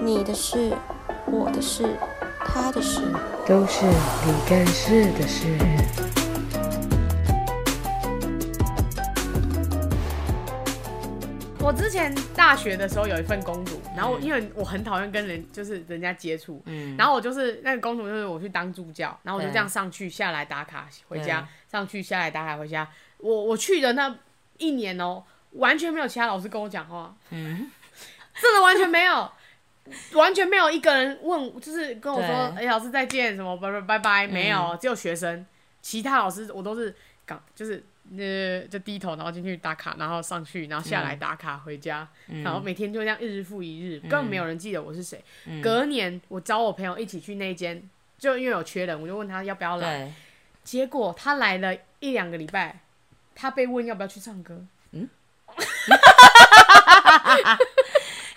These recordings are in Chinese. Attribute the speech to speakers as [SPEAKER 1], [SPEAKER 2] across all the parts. [SPEAKER 1] 你的事、我的事、他的事。
[SPEAKER 2] 都是你干事的事。
[SPEAKER 3] 我之前大学的时候有一份工读，然后我因为我很讨厌跟人就是人家接触，
[SPEAKER 2] 嗯
[SPEAKER 3] 然后我就是那个工读就是我去当助教，然后我就
[SPEAKER 2] 对嗯
[SPEAKER 3] 这样上去下来打卡回家，上去下来打卡回家。我我去的那一年哦、完全没有其他老师跟我讲话，
[SPEAKER 2] 嗯，
[SPEAKER 3] 真的完全没有，完全没有一个人问，就是跟我说
[SPEAKER 2] 对：“嗯
[SPEAKER 3] 哎、老师再见，什么拜拜拜拜。”没有，只有学生，其他老师我都是岗，就是呃就低头，然后进去打卡，然后上去，然后下
[SPEAKER 2] 嗯
[SPEAKER 3] 来打卡回家，然后每天就这样日复一日，根本没有人记得我是谁。
[SPEAKER 2] 嗯
[SPEAKER 3] 隔年我找我朋友一起去那间，就因为有缺人，我就问他要不要来，
[SPEAKER 2] 对，
[SPEAKER 3] 结果他来了一两个礼拜，他被问要不要去唱歌。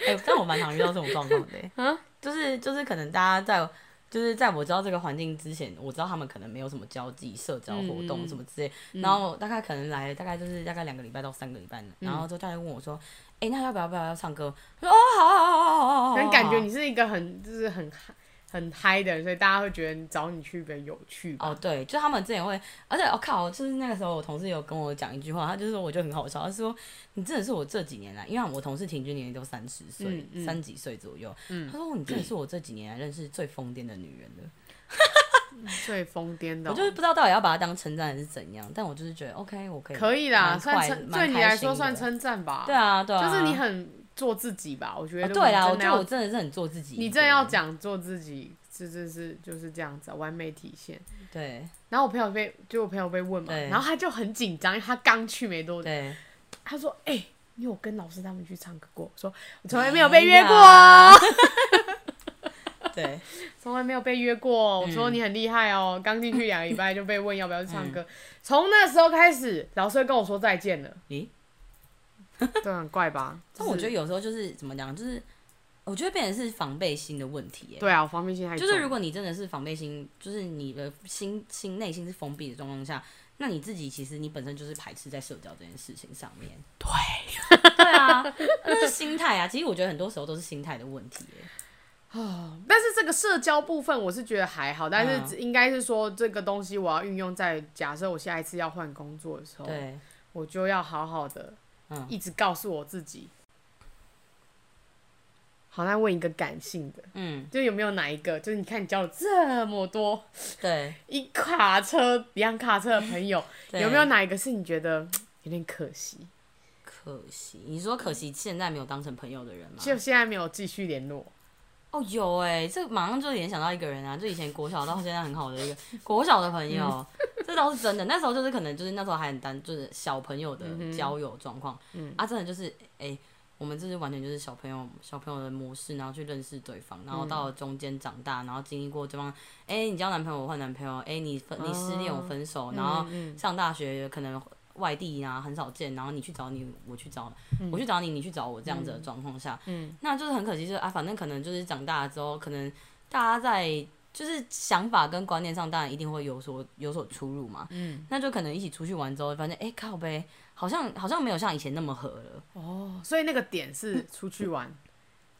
[SPEAKER 2] 哎、但我蛮常遇到这种状况的、
[SPEAKER 3] 啊
[SPEAKER 2] 就是就是可能大家在就是在我知道这个环境之前，我知道他们可能没有什么交际、社交活动什么之类，然后大概可能来大概就是大概两个礼拜到三个礼拜，然后之后大家就问我说：“哎、那要不要不要唱歌？”我说：“哦，好啊好啊好啊好啊好啊好啊。”
[SPEAKER 3] 但感觉你是一个很就是很嗨很嗨的人，所以大家会觉得你找你去比较有趣吧。
[SPEAKER 2] 哦，对，就他们之前会，而且我、靠，就是那个时候我同事有跟我讲一句话，他就是说我觉得很好笑，他说你真的是我这几年来，因为我同事平均年龄都三十岁
[SPEAKER 3] 嗯，嗯嗯
[SPEAKER 2] 三、几岁左右，他说你真的是我这几年来认识最疯癫的女人了，
[SPEAKER 3] 最疯癫的哦、
[SPEAKER 2] 我就是不知道到底要把它当称赞还是怎样，但我就是觉得 OK，我可以，
[SPEAKER 3] 可以啦，
[SPEAKER 2] 蛮快
[SPEAKER 3] 算
[SPEAKER 2] 乐
[SPEAKER 3] 称
[SPEAKER 2] 蛮
[SPEAKER 3] 对你
[SPEAKER 2] 开
[SPEAKER 3] 来
[SPEAKER 2] 心
[SPEAKER 3] 说
[SPEAKER 2] 的
[SPEAKER 3] 算称赞吧。
[SPEAKER 2] 对，啊，对啊，
[SPEAKER 3] 就是你、很做自己吧，我觉
[SPEAKER 2] 哦
[SPEAKER 3] 得。
[SPEAKER 2] 对啦，我
[SPEAKER 3] 真的
[SPEAKER 2] 觉得
[SPEAKER 3] 要
[SPEAKER 2] 我真的是很做自己，
[SPEAKER 3] 你真的要，讲做自己，这这是就是这样子啊、完美体现。
[SPEAKER 2] 对
[SPEAKER 3] 然后我朋友被就我朋友被问嘛，
[SPEAKER 2] 对
[SPEAKER 3] 然后他就很紧张，因为他刚去没多久，
[SPEAKER 2] 对，
[SPEAKER 3] 他说：“哎、你有跟老师他们去唱歌过？”我说：“我从来没有被约过
[SPEAKER 2] 哎呀
[SPEAKER 3] 哦。”
[SPEAKER 2] 对，
[SPEAKER 3] 从来没有被约过。我说你很厉害
[SPEAKER 2] 嗯
[SPEAKER 3] 哦，刚进去两个礼拜就被问要不要去 唱歌。从那时候开始，老师会跟我说再见了，
[SPEAKER 2] 咦。
[SPEAKER 3] 对，很怪吧？
[SPEAKER 2] 但我觉得
[SPEAKER 3] 得
[SPEAKER 2] 有时候就是怎么讲，就是我觉得变成是防备心的问题、耶。
[SPEAKER 3] 对啊，我防备心还
[SPEAKER 2] 就是如
[SPEAKER 3] 果
[SPEAKER 2] 果你真的是防备心，就是你的心心内心是封闭的状况下，那你自己其实你本身就是排斥在社交这件事情上面。 对，对 啊，那是心态啊。其实我觉得很多时候都是心态的问题耶。
[SPEAKER 3] 但是这个社交部分我是觉得还好，但是
[SPEAKER 2] 嗯
[SPEAKER 3] 应该是说这个东西我要运用在假设我下一次要换工作的时候，
[SPEAKER 2] 对，
[SPEAKER 3] 我就要好好的
[SPEAKER 2] 嗯，
[SPEAKER 3] 一直告诉我自己。好，那问一个感性的，
[SPEAKER 2] 嗯，
[SPEAKER 3] 就有没有哪一个，就是你看你交了这么多，
[SPEAKER 2] 对，
[SPEAKER 3] 一卡车两卡车的朋友，
[SPEAKER 2] 对
[SPEAKER 3] 有没有哪一个是你觉得嘖有点可惜，
[SPEAKER 2] 可惜？你说可惜现在没有当成朋友的人吗？
[SPEAKER 3] 就现在没有继续联络？
[SPEAKER 2] 哦，有哎、这马上就联想到一个人啊，就以前国小到现在很好的一个国小的朋友，这倒是真的。那时候就是可能就是那时候还很单，就是小朋友的交友状况，
[SPEAKER 3] 嗯
[SPEAKER 2] 啊，真的就是哎、我们这是完全就是小朋友小朋友的模式，然后去认识对方，然后到了中间长大，然后经历过对方，哎、你交男朋友我换男朋友，哎、你分你失恋我分手，然后
[SPEAKER 3] 嗯
[SPEAKER 2] 上大学可能外地啊很少见，然后你去找你，我去找，我去找你，你去找我这样子的状况下，
[SPEAKER 3] 嗯
[SPEAKER 2] 那就是很可惜，就是啊，反正可能就是长大了之后，可能大家在就是想法跟观念上，当然一定会有所有所出入嘛，
[SPEAKER 3] 嗯，
[SPEAKER 2] 那就可能一起出去玩之后，发现哎、诶靠呗，好像好像没有像以前那么合了，
[SPEAKER 3] 哦，所以那个点是出 去玩，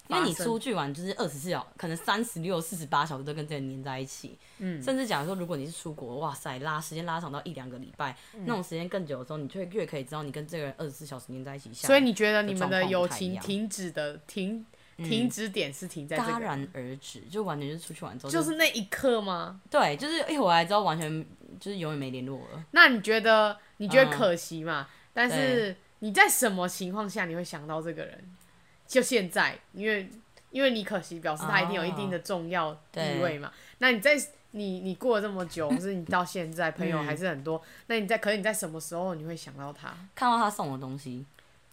[SPEAKER 2] 因为你
[SPEAKER 3] 发生
[SPEAKER 2] 出去玩就是二十四小，可能三十六、四十八小时都跟这个人黏在一起。
[SPEAKER 3] 嗯
[SPEAKER 2] 甚至假如说，如果你是出国，哇塞，拉时间拉长到一两个礼拜，
[SPEAKER 3] 嗯
[SPEAKER 2] 那种时间更久的时候，你就会越可以知道你跟这个人二十四小时黏在一起下来。
[SPEAKER 3] 所以你觉得你们的
[SPEAKER 2] 的状况
[SPEAKER 3] 友
[SPEAKER 2] 不太一
[SPEAKER 3] 情
[SPEAKER 2] 样
[SPEAKER 3] 停止的停停止点是停在这
[SPEAKER 2] 戛
[SPEAKER 3] 个，
[SPEAKER 2] 然而止，就完全就是出去玩之后，
[SPEAKER 3] 就是那一刻吗？
[SPEAKER 2] 对，就是一回来之后完全就是永远没联络了。
[SPEAKER 3] 那你觉得你觉得
[SPEAKER 2] 嗯
[SPEAKER 3] 可惜嘛？但是你在什么情况下你会想到这个人？就现在，因为因为你可惜，表示他一定有一定的重要地位嘛。那你在你你过了这 么久，或是你到现在朋
[SPEAKER 2] 嗯
[SPEAKER 3] 友还是很多，那你在可是你在什么时候你会想到他？
[SPEAKER 2] 看到他送我东西，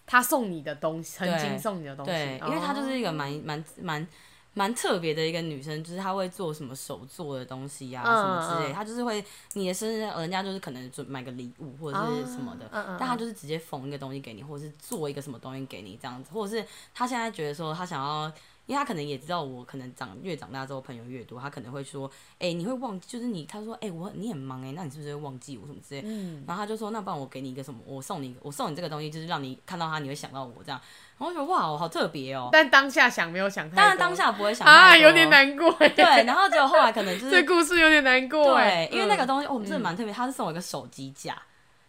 [SPEAKER 3] 他送你的东西，
[SPEAKER 2] 对
[SPEAKER 3] 曾经送你的东西，
[SPEAKER 2] 对，因为她就是
[SPEAKER 3] 哦
[SPEAKER 2] 一个蛮蛮蛮蛮特别的一个女生，就是她会做什么手做的东西呀、啊
[SPEAKER 3] 嗯
[SPEAKER 2] 什么之
[SPEAKER 3] 嗯
[SPEAKER 2] 类，她就是会你的生日，人家就是可能准买个礼物或者是什么的，
[SPEAKER 3] 嗯嗯
[SPEAKER 2] 但她就是直接缝一个东西给你，或者是做一个什么东西给你这样子，或者是她现在觉得说她想要。因为他可能也知道我可能长越长大之后朋友越多，他可能会说，哎、你会忘记，就是你，他说，哎、我你很忙哎、那你是不是会忘记我什么之类的？
[SPEAKER 3] 嗯
[SPEAKER 2] 然后他就说，那不然我给你一个什么，我送你，我送你这个东西，就是让你看到他，你会想到我这样。然后我就觉得哇，好特别哦、
[SPEAKER 3] 但当下想没有想太多，
[SPEAKER 2] 当然当下不会想
[SPEAKER 3] 啊，
[SPEAKER 2] 太多
[SPEAKER 3] 有点。难过耶。
[SPEAKER 2] 对，然后结果后来可能就是
[SPEAKER 3] 这故事有点难过欸耶。
[SPEAKER 2] 对，因为那个东西，哦，真的
[SPEAKER 3] 嗯
[SPEAKER 2] 蛮特别，他是送我一个手机架，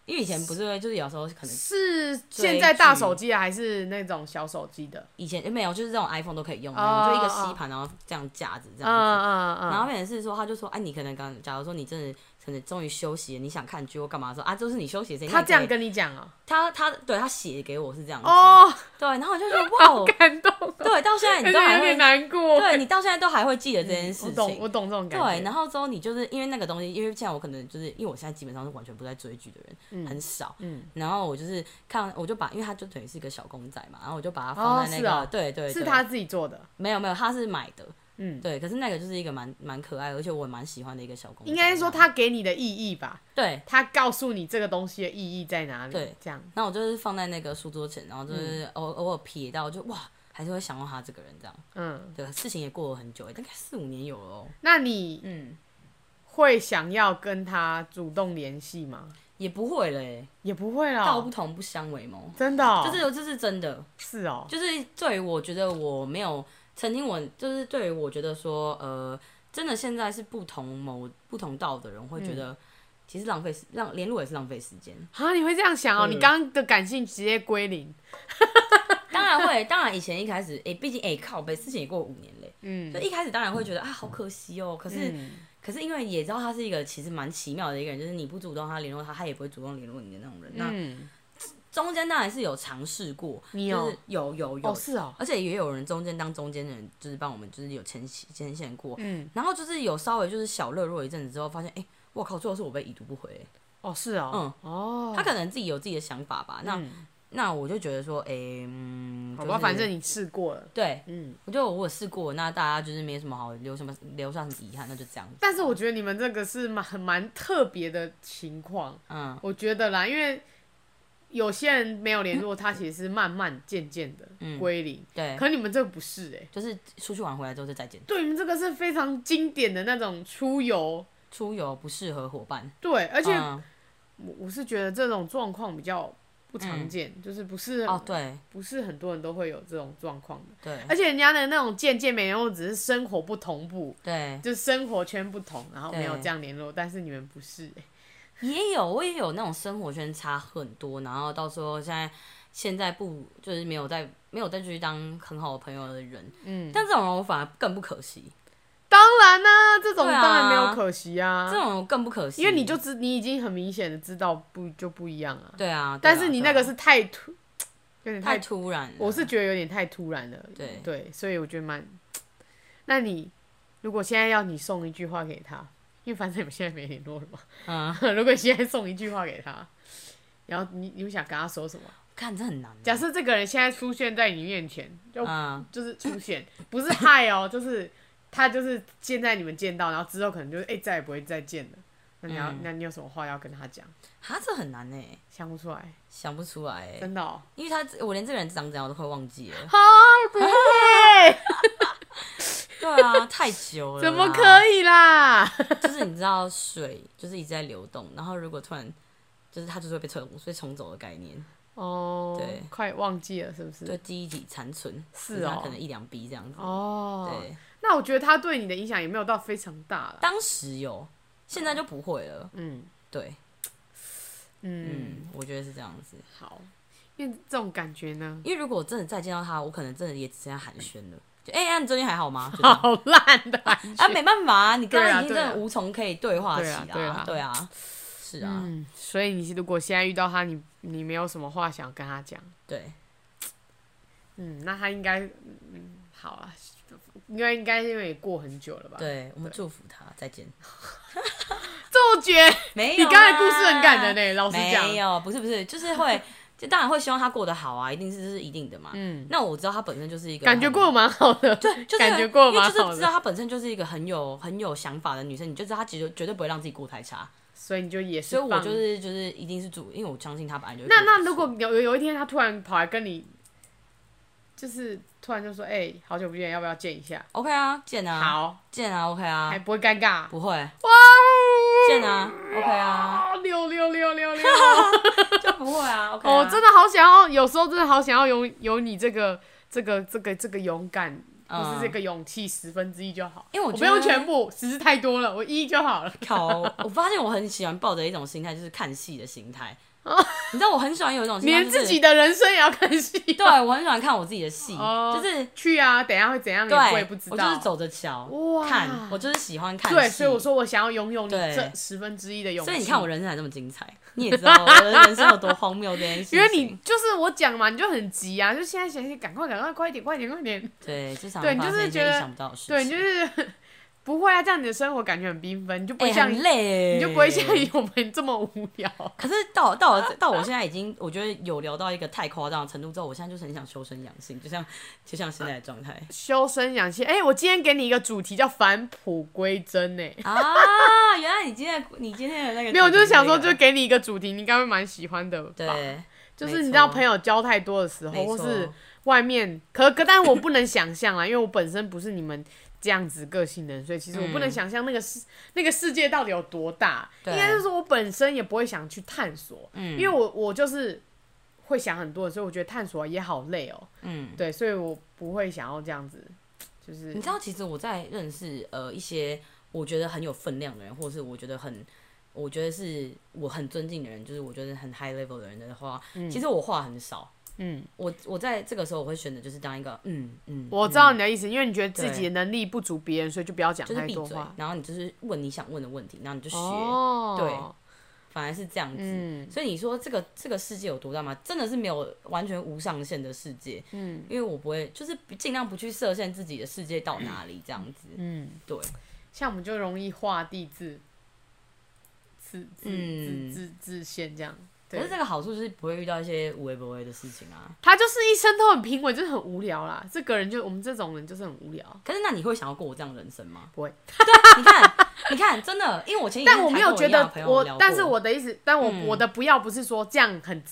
[SPEAKER 2] 因为以前不是会就是有时候可
[SPEAKER 3] 嗯
[SPEAKER 2] 能
[SPEAKER 3] 是现在大手机啊，还是那种小手机的？
[SPEAKER 2] 以前没有，就是这种 iPhone 都可以用，
[SPEAKER 3] 哦
[SPEAKER 2] 然后就一个吸盘，然后这样架子这
[SPEAKER 3] 嗯
[SPEAKER 2] 样子。
[SPEAKER 3] 嗯嗯。
[SPEAKER 2] 然后变成是说，他就说，哎、你可能刚，假如说你真的可能终于休息了，你想看剧或干嘛的时候啊，就是你休息的时间。
[SPEAKER 3] 他这样
[SPEAKER 2] 那你可以
[SPEAKER 3] 跟你 讲啊，
[SPEAKER 2] 他他对他写给我是这样子，
[SPEAKER 3] 哦，
[SPEAKER 2] 对，然后我就觉得哇 哦，
[SPEAKER 3] 感动哦，
[SPEAKER 2] 对，到现在
[SPEAKER 3] 而
[SPEAKER 2] 你
[SPEAKER 3] 且
[SPEAKER 2] 都还
[SPEAKER 3] 有
[SPEAKER 2] 会
[SPEAKER 3] 点，难过。嗯
[SPEAKER 2] 对你到现在都还会记得这件
[SPEAKER 3] 我
[SPEAKER 2] 事
[SPEAKER 3] 懂，我
[SPEAKER 2] 情。
[SPEAKER 3] 懂这种感觉。
[SPEAKER 2] 对，然后之后你就是因为那个东西，因为现在我可能就是因为我现在基本上是完全不在追剧的人，很少。
[SPEAKER 3] 嗯，
[SPEAKER 2] 然后我就是看，我就把，因为它就等于是一个小公仔嘛，然后我就把它放在那个，
[SPEAKER 3] 哦是哦
[SPEAKER 2] 对对对，
[SPEAKER 3] 是他自己做的，
[SPEAKER 2] 没有没有，他是买的，
[SPEAKER 3] 嗯，
[SPEAKER 2] 对，可是那个就是一个蛮蛮可爱，而且我也蛮喜欢的一个小公仔。
[SPEAKER 3] 应该说他给你的意义吧，
[SPEAKER 2] 对，
[SPEAKER 3] 他告诉你这个东西的意义在哪里。
[SPEAKER 2] 对，
[SPEAKER 3] 这样
[SPEAKER 2] 然后我就是放在那个书桌前，然后就是偶、偶尔瞥到，就哇，还是会想到他这个人这样。
[SPEAKER 3] 嗯，
[SPEAKER 2] 对，事情也过了很久，大概四五年有了哦。
[SPEAKER 3] 那你
[SPEAKER 2] 嗯，
[SPEAKER 3] 会想要跟他主动联系吗？
[SPEAKER 2] 也不会嘞，
[SPEAKER 3] 也不会啦，
[SPEAKER 2] 道不同不相为谋，
[SPEAKER 3] 真的哦、
[SPEAKER 2] 就是这是真的。
[SPEAKER 3] 是哦，
[SPEAKER 2] 就是对于我觉得我没有曾经我就是对于我觉得说呃，真的现在是不同某不同道的人会
[SPEAKER 3] 嗯
[SPEAKER 2] 觉得，其实浪费时浪联络也是浪费时间。
[SPEAKER 3] 啊，你会这样想哦？
[SPEAKER 2] 嗯
[SPEAKER 3] 你刚刚的感性直接归零，
[SPEAKER 2] 当然会，当然以前一开始，哎、毕竟哎、诶靠北，事情也过了五年嘞，
[SPEAKER 3] 嗯
[SPEAKER 2] 就一开始当然会觉得啊，好可惜哦。可是、
[SPEAKER 3] 嗯
[SPEAKER 2] 可是因为也知道他是一个其实蛮奇妙的一个人，就是你不主动他联络他，他也不会主动联络你的那种人。那
[SPEAKER 3] 嗯，
[SPEAKER 2] 中间当然是有尝试过，
[SPEAKER 3] 你
[SPEAKER 2] 就
[SPEAKER 3] 有
[SPEAKER 2] 是有有有
[SPEAKER 3] 哦是哦，
[SPEAKER 2] 而且也有人中间当中间的人，就是帮我们就是有牵线牵线过，
[SPEAKER 3] 嗯，
[SPEAKER 2] 然后就是有稍微就是小热络一阵子之后，发现哎、诶我靠，最后是我被已读不回、欸
[SPEAKER 3] 哦是哦，嗯哦，
[SPEAKER 2] 他可能自己有自己的想法吧。那、
[SPEAKER 3] 嗯
[SPEAKER 2] 那我就觉得说，哎、嗯，
[SPEAKER 3] 好
[SPEAKER 2] 就
[SPEAKER 3] 吧，
[SPEAKER 2] 是
[SPEAKER 3] 反正你试过了，
[SPEAKER 2] 对
[SPEAKER 3] 嗯，
[SPEAKER 2] 我就我有试过，那大家就是没什么好留什么留下什么遗憾，那就这样子。
[SPEAKER 3] 但是我觉得你们这个是蛮蛮特别的情况，
[SPEAKER 2] 嗯
[SPEAKER 3] 我觉得啦，因为有些人没有联络，他其实是慢慢渐渐的
[SPEAKER 2] 嗯
[SPEAKER 3] 归零，
[SPEAKER 2] 对，
[SPEAKER 3] 可你们这个不是哎、欸，
[SPEAKER 2] 就是出去玩回来之后就再见。
[SPEAKER 3] 对，你们这个是非常经典的那种出游，
[SPEAKER 2] 出游不适合伙伴，
[SPEAKER 3] 对，而
[SPEAKER 2] 而
[SPEAKER 3] 且
[SPEAKER 2] 嗯、
[SPEAKER 3] 我我是觉得这种状况比较不常见，就是不是、
[SPEAKER 2] 嗯哦嗯对
[SPEAKER 3] 不是很多人都会有这种状况的。
[SPEAKER 2] 对
[SPEAKER 3] 而且人家的那种渐渐没联络，只是生活不同步，
[SPEAKER 2] 对，
[SPEAKER 3] 就是生活圈不同，然后没有
[SPEAKER 2] 对
[SPEAKER 3] 这样联络。但是你们不是、欸
[SPEAKER 2] 也有，我也有那种生活圈差很多，然后到时候现在现在不就是没有在没有再继续当很好的朋友的人，
[SPEAKER 3] 嗯，
[SPEAKER 2] 但这种人我反而更不可惜，
[SPEAKER 3] 当然啦、这种
[SPEAKER 2] 对啊
[SPEAKER 3] 当然没有可惜啊，
[SPEAKER 2] 这种人我更不可惜，
[SPEAKER 3] 因为你就知你已经很明显的知道不就不一样啊。
[SPEAKER 2] 对啊，对啊
[SPEAKER 3] 但是你那个
[SPEAKER 2] 对
[SPEAKER 3] 是太突，有点
[SPEAKER 2] 啊
[SPEAKER 3] 太
[SPEAKER 2] 太突然了，
[SPEAKER 3] 我是觉得有点太突然了，
[SPEAKER 2] 对
[SPEAKER 3] 对，所以我觉得蛮。那你如果现在要你送一句话给他，因为反正你们现在没联络了嘛，
[SPEAKER 2] 嗯，
[SPEAKER 3] 如果你现在送一句话给他，然后你你会想跟他说什么？
[SPEAKER 2] 看这很难，欸
[SPEAKER 3] 假设这个人现在出现在你面前，就、
[SPEAKER 2] 嗯
[SPEAKER 3] 就是出现，不是嗨哦，就是他就是现在你们见到，然后之后可能就是哎、再也不会再见了。那你要、
[SPEAKER 2] 嗯
[SPEAKER 3] 那你有什么话要跟他讲？
[SPEAKER 2] 哈这很难哎，
[SPEAKER 3] 想不出来，
[SPEAKER 2] 想不出来欸，
[SPEAKER 3] 真的 哦，
[SPEAKER 2] 因为他我连这个人长怎样我都快忘记 了，
[SPEAKER 3] 好贵，
[SPEAKER 2] 对啊，太久了，
[SPEAKER 3] 怎么可
[SPEAKER 2] 以？
[SPEAKER 3] 以啦？
[SPEAKER 2] 就是你知道水就是一直在流动，然后如果突然就是它就是会被冲被冲走的概念。
[SPEAKER 3] 哦，
[SPEAKER 2] 对
[SPEAKER 3] 快忘记了是不是？
[SPEAKER 2] 对，记忆体残存，
[SPEAKER 3] 是
[SPEAKER 2] 只它
[SPEAKER 3] 哦
[SPEAKER 2] 可能一两笔这样子。
[SPEAKER 3] 哦，
[SPEAKER 2] 对，
[SPEAKER 3] 那我觉得他对你的影响也没有到非常大了。
[SPEAKER 2] 当时有，现在就不会了。
[SPEAKER 3] 嗯
[SPEAKER 2] 对，
[SPEAKER 3] 嗯，
[SPEAKER 2] 嗯，我觉得是这样子。
[SPEAKER 3] 好，因为这种感觉呢，
[SPEAKER 2] 因为如果我真的再见到他，我可能真的也只剩下寒暄了。就哎呀、啊你最近还好 吗？就这样
[SPEAKER 3] 好烂的感
[SPEAKER 2] 啊，
[SPEAKER 3] 觉。
[SPEAKER 2] 没办法啊，你跟
[SPEAKER 3] 对
[SPEAKER 2] 他
[SPEAKER 3] 啊
[SPEAKER 2] 已经
[SPEAKER 3] 对
[SPEAKER 2] 真
[SPEAKER 3] 啊
[SPEAKER 2] 的无从可以对话起
[SPEAKER 3] 对啊对
[SPEAKER 2] 啦
[SPEAKER 3] 啊。
[SPEAKER 2] 对啊，是啊，
[SPEAKER 3] 嗯，所以你如果现在遇到他，你你没有什么话想跟他讲，
[SPEAKER 2] 对，
[SPEAKER 3] 嗯，那他应该，嗯，好啊，因为应该因为也过很久了吧？，
[SPEAKER 2] 对，我们祝福他再见。
[SPEAKER 3] 我觉
[SPEAKER 2] 没有，啊
[SPEAKER 3] 你刚才故事很感人呢、。老实讲，
[SPEAKER 2] 哎没有，不是不是，就是 会，就当然会希望他过得好啊，一定是这是一定的嘛。
[SPEAKER 3] 嗯，
[SPEAKER 2] 那我知道他本身就是一个
[SPEAKER 3] 感觉
[SPEAKER 2] 很
[SPEAKER 3] 过得蛮好的，
[SPEAKER 2] 对，就是
[SPEAKER 3] 感觉过
[SPEAKER 2] 因为
[SPEAKER 3] 蛮
[SPEAKER 2] 就
[SPEAKER 3] 好
[SPEAKER 2] 是知道
[SPEAKER 3] 的，
[SPEAKER 2] 她本身就是一个很有很有想法的女生，你就知道她其实绝对不会让自己过太差，
[SPEAKER 3] 所以你就也是
[SPEAKER 2] 所以
[SPEAKER 3] 放，
[SPEAKER 2] 我就是就是一定是主，因为我相信她本来就会
[SPEAKER 3] 那
[SPEAKER 2] 过得
[SPEAKER 3] 那如
[SPEAKER 2] 不错
[SPEAKER 3] 果有有有一天他突然跑来跟你就是突然就说，哎、好久不见，要不要见一下？
[SPEAKER 2] OK 啊，见啊，，
[SPEAKER 3] 好，
[SPEAKER 2] 见啊，OK 啊
[SPEAKER 3] 还，不会尴尬。
[SPEAKER 2] 不会，啊
[SPEAKER 3] 哇
[SPEAKER 2] 见啊，OK 啊，
[SPEAKER 3] 哦，六六六 六六！
[SPEAKER 2] 就不会啊，OK 啊，
[SPEAKER 3] 哦，真的好想要，有时候真的好想要有有你这个这个这个这个勇敢，不
[SPEAKER 2] 嗯
[SPEAKER 3] 是这个勇气十分之一就好。
[SPEAKER 2] 因为我
[SPEAKER 3] 我
[SPEAKER 2] 觉
[SPEAKER 3] 不
[SPEAKER 2] 得
[SPEAKER 3] 用全部，只是太多了，我一就好了。
[SPEAKER 2] 靠，我发现我很喜欢抱着一种心态，就是看戏的心态。你知道我很喜欢有一种心态，
[SPEAKER 3] 哦连
[SPEAKER 2] 就是
[SPEAKER 3] 自己的人生也要看戏。
[SPEAKER 2] 对我很喜欢看我自己的戏，
[SPEAKER 3] 哦
[SPEAKER 2] 就是
[SPEAKER 3] 去啊，等一下会怎样，
[SPEAKER 2] 对，
[SPEAKER 3] 我也不知道。
[SPEAKER 2] 我就是走着瞧
[SPEAKER 3] 哇
[SPEAKER 2] 看，我就是喜欢看戏。
[SPEAKER 3] 对，所以我，说我想要拥有你
[SPEAKER 2] 对
[SPEAKER 3] 这十分之一的勇气。
[SPEAKER 2] 所以你看我人生还这么精彩，你也知道我的人生有多荒谬这件事情。
[SPEAKER 3] 因为你就是我讲嘛，你就很急啊，就现在想想，赶快赶快，快点快点快 点。
[SPEAKER 2] 对，就想
[SPEAKER 3] 对你
[SPEAKER 2] 发
[SPEAKER 3] 就是
[SPEAKER 2] 生一
[SPEAKER 3] 觉
[SPEAKER 2] 些
[SPEAKER 3] 得
[SPEAKER 2] 意想不到的事情，
[SPEAKER 3] 对，你就是 不会啊，这样你的生活感觉很缤纷，你就不
[SPEAKER 2] 哎
[SPEAKER 3] 会像、
[SPEAKER 2] 很累，
[SPEAKER 3] 你就不会像我们这么无聊。
[SPEAKER 2] 可是到到我到我现在已经，我觉得有聊到一个太夸张的程度之后，我现在就是很想修身养性，就像就像现在的状态
[SPEAKER 3] 修身养性，哎、我今天给你一个主题叫返璞归真呢、哎
[SPEAKER 2] 啊！原来你今天的你今天的那个
[SPEAKER 3] 没有，我就是想说，就
[SPEAKER 2] 主题
[SPEAKER 3] 给你一个主题，你应该会蛮喜欢的吧？
[SPEAKER 2] 那个对，
[SPEAKER 3] 就是
[SPEAKER 2] 没
[SPEAKER 3] 你
[SPEAKER 2] 错
[SPEAKER 3] 知道朋友交太多的时候，
[SPEAKER 2] 没
[SPEAKER 3] 或
[SPEAKER 2] 错
[SPEAKER 3] 是外面可可，但我不能想象啦，因为我本身不是你们这样子个性的人，所以其实我不能想象那个世、那个世界到底有多大。
[SPEAKER 2] 嗯对
[SPEAKER 3] 应该就是我本身也不会想去探索，
[SPEAKER 2] 嗯
[SPEAKER 3] 因为我我就是会想很多，所以我觉得探索也好累哦、
[SPEAKER 2] 嗯。
[SPEAKER 3] 对，所以我不会想要这样子，就是
[SPEAKER 2] 你知道，其实我在认识呃一些我觉得很有分量的人，或是我觉得很，我觉得是我很尊敬的人，就是我觉得很 high level 的人的话，其实我话很少。
[SPEAKER 3] 嗯，
[SPEAKER 2] 我我在这个时候我会选择就是当一个嗯嗯，
[SPEAKER 3] 我知道你的意思，因为你觉得自己的能力不足别人，所以就不要讲
[SPEAKER 2] 就是
[SPEAKER 3] 太
[SPEAKER 2] 闭
[SPEAKER 3] 多
[SPEAKER 2] 嘴
[SPEAKER 3] 话，。
[SPEAKER 2] 然后你就是问你想问的问题，然后你就学，
[SPEAKER 3] 哦
[SPEAKER 2] 对反而是这样子。
[SPEAKER 3] 嗯
[SPEAKER 2] 所以你说这个这个世界有多大吗？真的是没有完全无上限的世界，嗯，因为我不会就是尽量不去设限自己的世界到哪里这样子，
[SPEAKER 3] 嗯，
[SPEAKER 2] 对，
[SPEAKER 3] 像我们就容易画地自自自
[SPEAKER 2] 嗯
[SPEAKER 3] 自自自限这样。
[SPEAKER 2] 可是这
[SPEAKER 3] 对，
[SPEAKER 2] 个好处就是不会遇到一些无微不微的事情啊。
[SPEAKER 3] 他就是一生都很平稳，就是很无聊啦。这个人就我们这种人就是很无聊，
[SPEAKER 2] 可是那你会想要过我这样的人生吗？啊
[SPEAKER 3] 不会。
[SPEAKER 2] 你看， 你看，真的，因为我前几天
[SPEAKER 3] 但我没有觉
[SPEAKER 2] 才跟
[SPEAKER 3] 得
[SPEAKER 2] 一样的朋友聊过
[SPEAKER 3] 我，但是我的意思，但我、
[SPEAKER 2] 嗯
[SPEAKER 3] 我的不要不是说这样很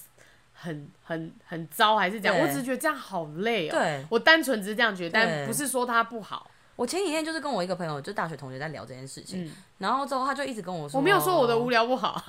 [SPEAKER 3] 很很很糟还是这样，
[SPEAKER 2] 对
[SPEAKER 3] 我只是觉得这样好累哦、
[SPEAKER 2] 对
[SPEAKER 3] 我单纯只是这样觉得，
[SPEAKER 2] 对
[SPEAKER 3] 但不是说他不好。
[SPEAKER 2] 我前几天就是跟我一个朋友，就是大学同学在聊这件事情，然后之后他就一直跟我说，
[SPEAKER 3] 嗯我没有说我的无
[SPEAKER 2] 聊，
[SPEAKER 3] 聊不好，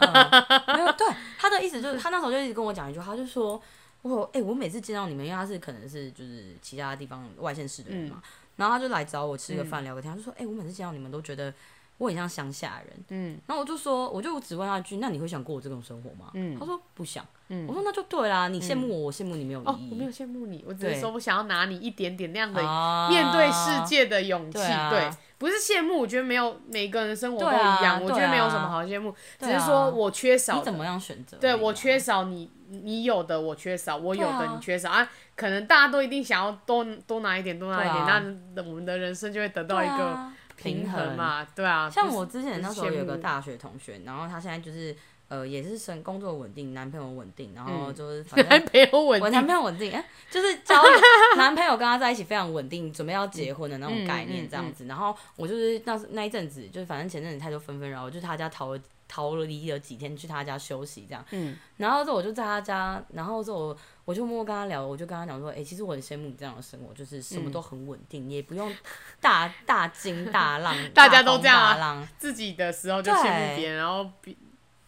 [SPEAKER 2] 没有， 对他的意思就是他那时候就一直跟我讲一句话，他就说我哎、我每次见到你们，因为他是可能是就是其他地方外县市的人嘛，
[SPEAKER 3] 嗯
[SPEAKER 2] 然后他就来找我吃个饭聊个天，他就说哎、我每次见到你们都觉得我很像乡下人，
[SPEAKER 3] 嗯
[SPEAKER 2] 然后我就说，我就只问他一句，那你会想过我这种生活吗？
[SPEAKER 3] 嗯
[SPEAKER 2] 他说不想。
[SPEAKER 3] 嗯
[SPEAKER 2] 我说那就对啦，你羡慕我，我羡慕你没有
[SPEAKER 3] 哦
[SPEAKER 2] 意，
[SPEAKER 3] 我没有
[SPEAKER 2] 义。
[SPEAKER 3] 羡慕你，我只是
[SPEAKER 2] 嗯对
[SPEAKER 3] 说我想要拿你一点点那样的
[SPEAKER 2] 啊
[SPEAKER 3] 面对世界的勇气，
[SPEAKER 2] 对啊
[SPEAKER 3] 对，不是羡慕，我觉得没有每个人的生活都一
[SPEAKER 2] 对啊
[SPEAKER 3] 样，我觉
[SPEAKER 2] 对
[SPEAKER 3] 得
[SPEAKER 2] 啊
[SPEAKER 3] 没有什么好羡慕，只
[SPEAKER 2] 对啊
[SPEAKER 3] 是说我缺少
[SPEAKER 2] 你
[SPEAKER 3] 的
[SPEAKER 2] 怎么样选择而已啊？
[SPEAKER 3] 对我缺少你，你有的我缺少，我有
[SPEAKER 2] 对
[SPEAKER 3] 的
[SPEAKER 2] 啊
[SPEAKER 3] 你缺少啊可能大家都一定想要多多拿一点，多拿一点，
[SPEAKER 2] 对啊
[SPEAKER 3] 那我们的人生就会得
[SPEAKER 2] 对
[SPEAKER 3] 到一
[SPEAKER 2] 啊
[SPEAKER 3] 个平衡。嘛，对啊。
[SPEAKER 2] 像
[SPEAKER 3] 不是
[SPEAKER 2] 我之前
[SPEAKER 3] 不
[SPEAKER 2] 那
[SPEAKER 3] 是
[SPEAKER 2] 时候
[SPEAKER 3] 羡
[SPEAKER 2] 有个
[SPEAKER 3] 慕
[SPEAKER 2] 大学同学，然后他现在就是呃也是生工作稳定，男朋友稳定，然后就是反
[SPEAKER 3] 嗯男
[SPEAKER 2] 正。
[SPEAKER 3] 朋友稳
[SPEAKER 2] 我
[SPEAKER 3] 定
[SPEAKER 2] 男，朋友稳定，哎、就是交 男朋友跟他在一起非常稳定，准备要结婚的那
[SPEAKER 3] 嗯
[SPEAKER 2] 种概念这样子。然后我就是那时那一阵子，就是反正前阵子太多纷纷扰扰，就是他家逃了逃离了几天，去他家休息这样。
[SPEAKER 3] 嗯，
[SPEAKER 2] 然后之后我就在他家，然后之后我我就默默跟他聊，我就跟他讲说，哎、其实我很羡慕你这样的生活，就是什么都很稳定，也不用大大惊大浪
[SPEAKER 3] 大家都
[SPEAKER 2] 风
[SPEAKER 3] 这样啊
[SPEAKER 2] 大浪。
[SPEAKER 3] 自己的时候就羡慕
[SPEAKER 2] 对
[SPEAKER 3] 别人，然后比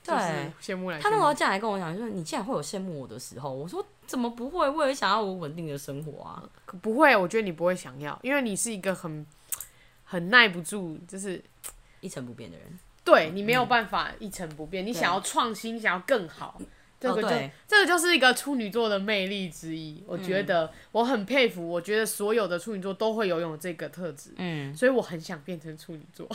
[SPEAKER 3] 就
[SPEAKER 2] 对
[SPEAKER 3] 是嗯羡慕来
[SPEAKER 2] 他
[SPEAKER 3] 羡
[SPEAKER 2] 那时
[SPEAKER 3] 慕
[SPEAKER 2] 候进来跟我讲，就是你竟然会有羡慕我的时候，我说怎么不会？我也想要我稳定的生活啊。
[SPEAKER 3] 可不会，我觉得你不会想要，因为你是一个很很耐不住，就是
[SPEAKER 2] 一成不变的人，
[SPEAKER 3] 对你没
[SPEAKER 2] 嗯
[SPEAKER 3] 有办法一成不变，你想要创新，想要更好。这个就、
[SPEAKER 2] 哦对嗯
[SPEAKER 3] 这个就是一个处女座的魅力之一，我觉得我很佩服。我觉得所有的处女座都会拥有这个特质，
[SPEAKER 2] 嗯，
[SPEAKER 3] 所以我很想变成处女 座，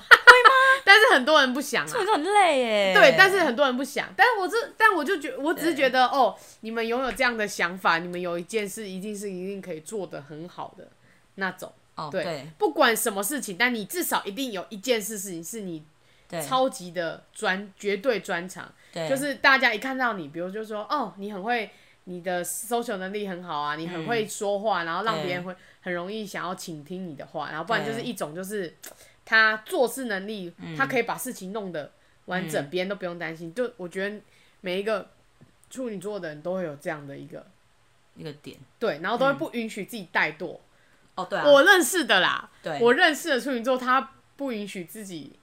[SPEAKER 3] 但是很多人不想啊
[SPEAKER 2] 这。个很累耶。
[SPEAKER 3] 对，但是很多人不想，但是我这，但我就觉，我只是觉得，哦，你们拥有这样的想法，你们有一件事一定是一定可以做得很好的那种，
[SPEAKER 2] 哦，
[SPEAKER 3] 对，
[SPEAKER 2] 对
[SPEAKER 3] 不管什么事情，但你至少一定有一件事事情是你
[SPEAKER 2] 对，
[SPEAKER 3] 超级的专，绝对专长，
[SPEAKER 2] 对
[SPEAKER 3] 就是大家一看到你，比如就说，哦，你很会，你的 social 能力很好啊，你很会说话，然后让
[SPEAKER 2] 对
[SPEAKER 3] 别人会很容易想要倾听你的话，然后不然就是
[SPEAKER 2] 对嗯
[SPEAKER 3] 一种就是他做事能力，他可以把事情弄得完整，别、人都不用担心。就我觉得每一个处女座的人都会有这样的一个
[SPEAKER 2] 一个点。
[SPEAKER 3] 对，然后
[SPEAKER 2] 嗯
[SPEAKER 3] 都会不允许自己怠惰。
[SPEAKER 2] 哦，对啊，
[SPEAKER 3] 我认识的啦，
[SPEAKER 2] 对
[SPEAKER 3] 我认识的处女座，他不允许自己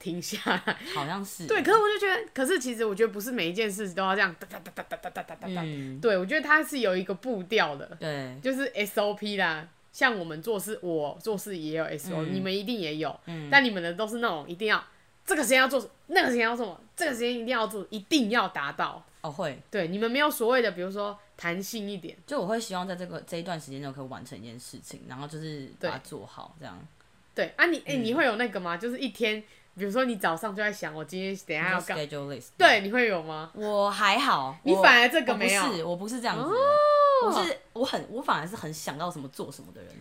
[SPEAKER 3] 停下来。
[SPEAKER 2] 好像是
[SPEAKER 3] 对，可是我就觉得，可是其实我觉得不是每一件事情都要这样哒哒哒哒哒哒哒哒哒。
[SPEAKER 2] 嗯
[SPEAKER 3] 对，我觉得它是有一个步调的，
[SPEAKER 2] 对，
[SPEAKER 3] 就是 SOP 啦。像我们做事，我做事也有 SOP，、
[SPEAKER 2] 嗯
[SPEAKER 3] 你们一定也有，
[SPEAKER 2] 嗯
[SPEAKER 3] 但你们的都是那种一定要这个时间要做，那个时间要做什么，这个时间一定要做，一定要达到。
[SPEAKER 2] 哦会，
[SPEAKER 3] 对，你们没有所谓的，比如说弹性一点。
[SPEAKER 2] 就我会希望在这个这一段时间内我可以完成一件事情，然后就是把它
[SPEAKER 3] 对
[SPEAKER 2] 做好这样。
[SPEAKER 3] 对啊你，哎、
[SPEAKER 2] 嗯
[SPEAKER 3] 你会有那个吗？就是一天，比如说你早上就在想，我今天等一下要
[SPEAKER 2] 就
[SPEAKER 3] 干，
[SPEAKER 2] schedule list，，
[SPEAKER 3] 对，你会有吗？
[SPEAKER 2] 我还好，
[SPEAKER 3] 你
[SPEAKER 2] 我
[SPEAKER 3] 反而这个
[SPEAKER 2] 我
[SPEAKER 3] 没有哦
[SPEAKER 2] 不是，我不是这样子的，我是我很我反而是很想到什么做什么的人，